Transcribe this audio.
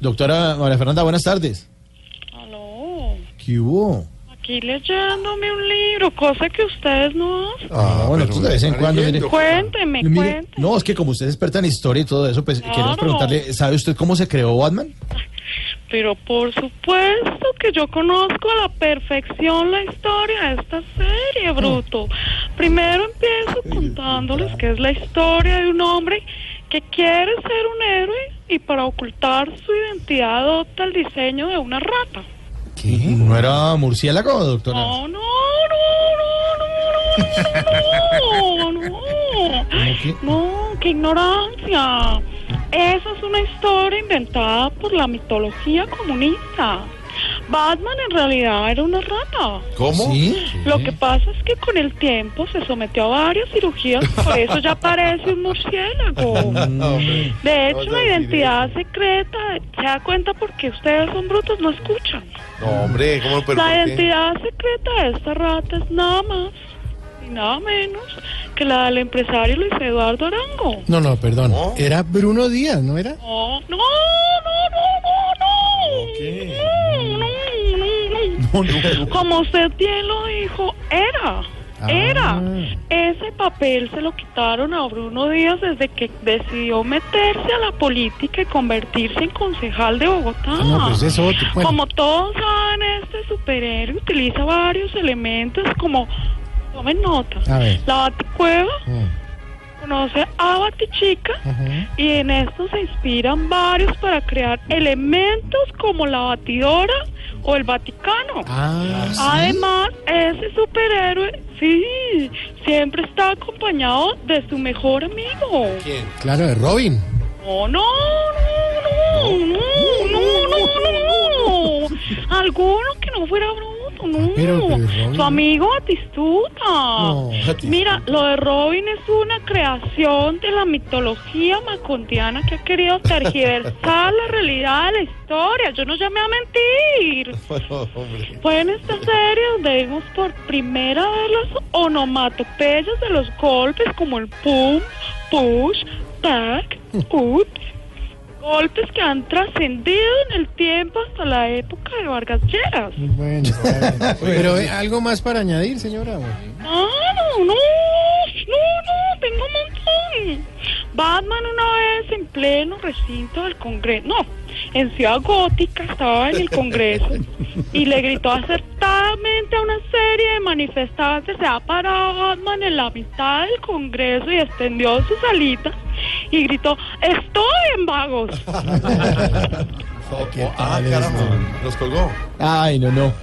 Doctora María Fernanda, buenas tardes. Aló, ¿Qué hubo? aquí leyéndome un libro, cosa que ustedes no hacen. Ah, bueno, tú de vez en cuando... mire- Cuénteme, mire, cuénteme. no, es que como usted es experta en historia y todo eso, pues queremos Claro. preguntarle, ¿sabe usted cómo se creó Batman? Pero por supuesto que yo conozco a la perfección la historia de esta serie, Bruto. Primero empiezo contándoles que es la historia de un hombre que quiere ser un héroe y para ocultar su identidad adopta el diseño de una rata. ¿Qué? ¿No era murciélago, doctora? No, no, no, no, no, no, no, no, qué? no, no, qué ignorancia. Esa es una historia inventada por la mitología comunista. Batman en realidad era una rata. ¿Cómo? ¿Sí? Lo que pasa es que con el tiempo se sometió a varias cirugías, por eso ya parece un murciélago. Ah, De hecho, la identidad secreta se da cuenta porque ustedes son brutos, no escuchan. hombre, ¿cómo pero La por qué? identidad secreta de esta rata es nada más y nada menos que la del empresario Luis Eduardo Arango. No, no, perdón. Era Bruno Díaz, ¿no era? No, no, no, no, no, no. ¿Qué? No, no, no, no. No, no. Como usted bien lo dijo, era. Era. Ese papel se lo quitaron a Bruno Díaz desde que decidió meterse a la política y convertirse en concejal de Ah, Bogotá. No, pues es otro. Bueno, Como todos saben, este superhéroe utiliza varios elementos como, tomen nota, A ver. la baticueva, Mm. conoce a Batichica Ajá. y en esto se inspiran varios para crear elementos como la batidora o el Vaticano. Ah, Además, ese superhéroe, sí, siempre está acompañado de su mejor amigo. claro, de Robin. No, no, no, no, no, no, no, no. Alguno que no fuera bruto, no. Pero, pero Robin- Su amigo Batistuta. No. Mira, lo de Robin es una creación de la mitología macondiana que ha querido tergiversar la realidad de la historia. Yo no llamé a mentir. No, hombre. Fue en esta serie donde vimos por primera vez las onomatopeyas de los golpes como el pum, push, tac, ut. Golpes que han trascendido en el tiempo hasta la época de Vargas Lleras. Bueno, a ver. pero eh, algo más para añadir, señora. No, no, no, no, no, tengo un montón. Batman una vez en pleno recinto del Congreso, no, en Ciudad Gótica estaba en el Congreso y le gritó acertadamente a una serie de manifestantes, se ha parado Batman en la mitad del Congreso y extendió sus alitas y gritó, estoy en vagos. Ah, caramba, nos colgó. Ay, no, no.